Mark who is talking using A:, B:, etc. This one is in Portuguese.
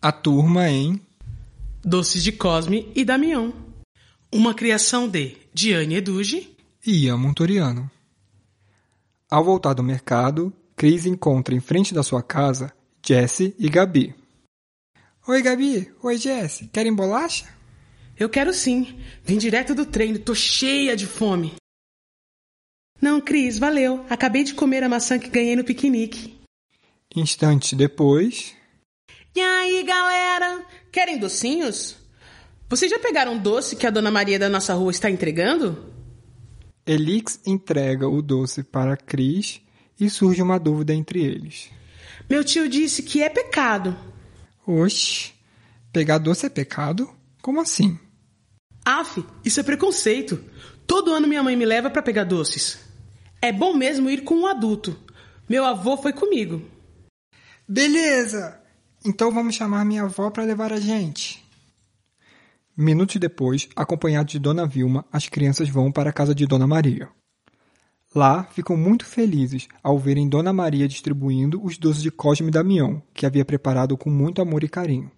A: a turma em
B: Doces de Cosme e Damião. Uma criação de Diane Eduge.
A: e Ian Montoriano. Ao voltar do mercado, Cris encontra em frente da sua casa Jesse e Gabi. Oi, Gabi. Oi, Jesse. Querem bolacha?
B: Eu quero sim. Vim direto do treino, tô cheia de fome. Não, Cris, valeu. Acabei de comer a maçã que ganhei no piquenique.
A: Instantes depois,
B: E aí, galera? Querem docinhos? Vocês já pegaram o doce que a dona Maria da nossa rua está entregando?
A: Elix entrega o doce para Cris e surge uma dúvida entre eles.
B: Meu tio disse que é pecado.
A: Oxe, pegar doce é pecado? Como assim?
B: Aff, isso é preconceito. Todo ano minha mãe me leva para pegar doces. É bom mesmo ir com um adulto. Meu avô foi comigo.
A: Beleza! Então vamos chamar minha avó para levar a gente. Minutos depois, acompanhados de Dona Vilma, as crianças vão para a casa de Dona Maria. Lá ficam muito felizes ao verem Dona Maria distribuindo os doces de Cosme e Damião, que havia preparado com muito amor e carinho.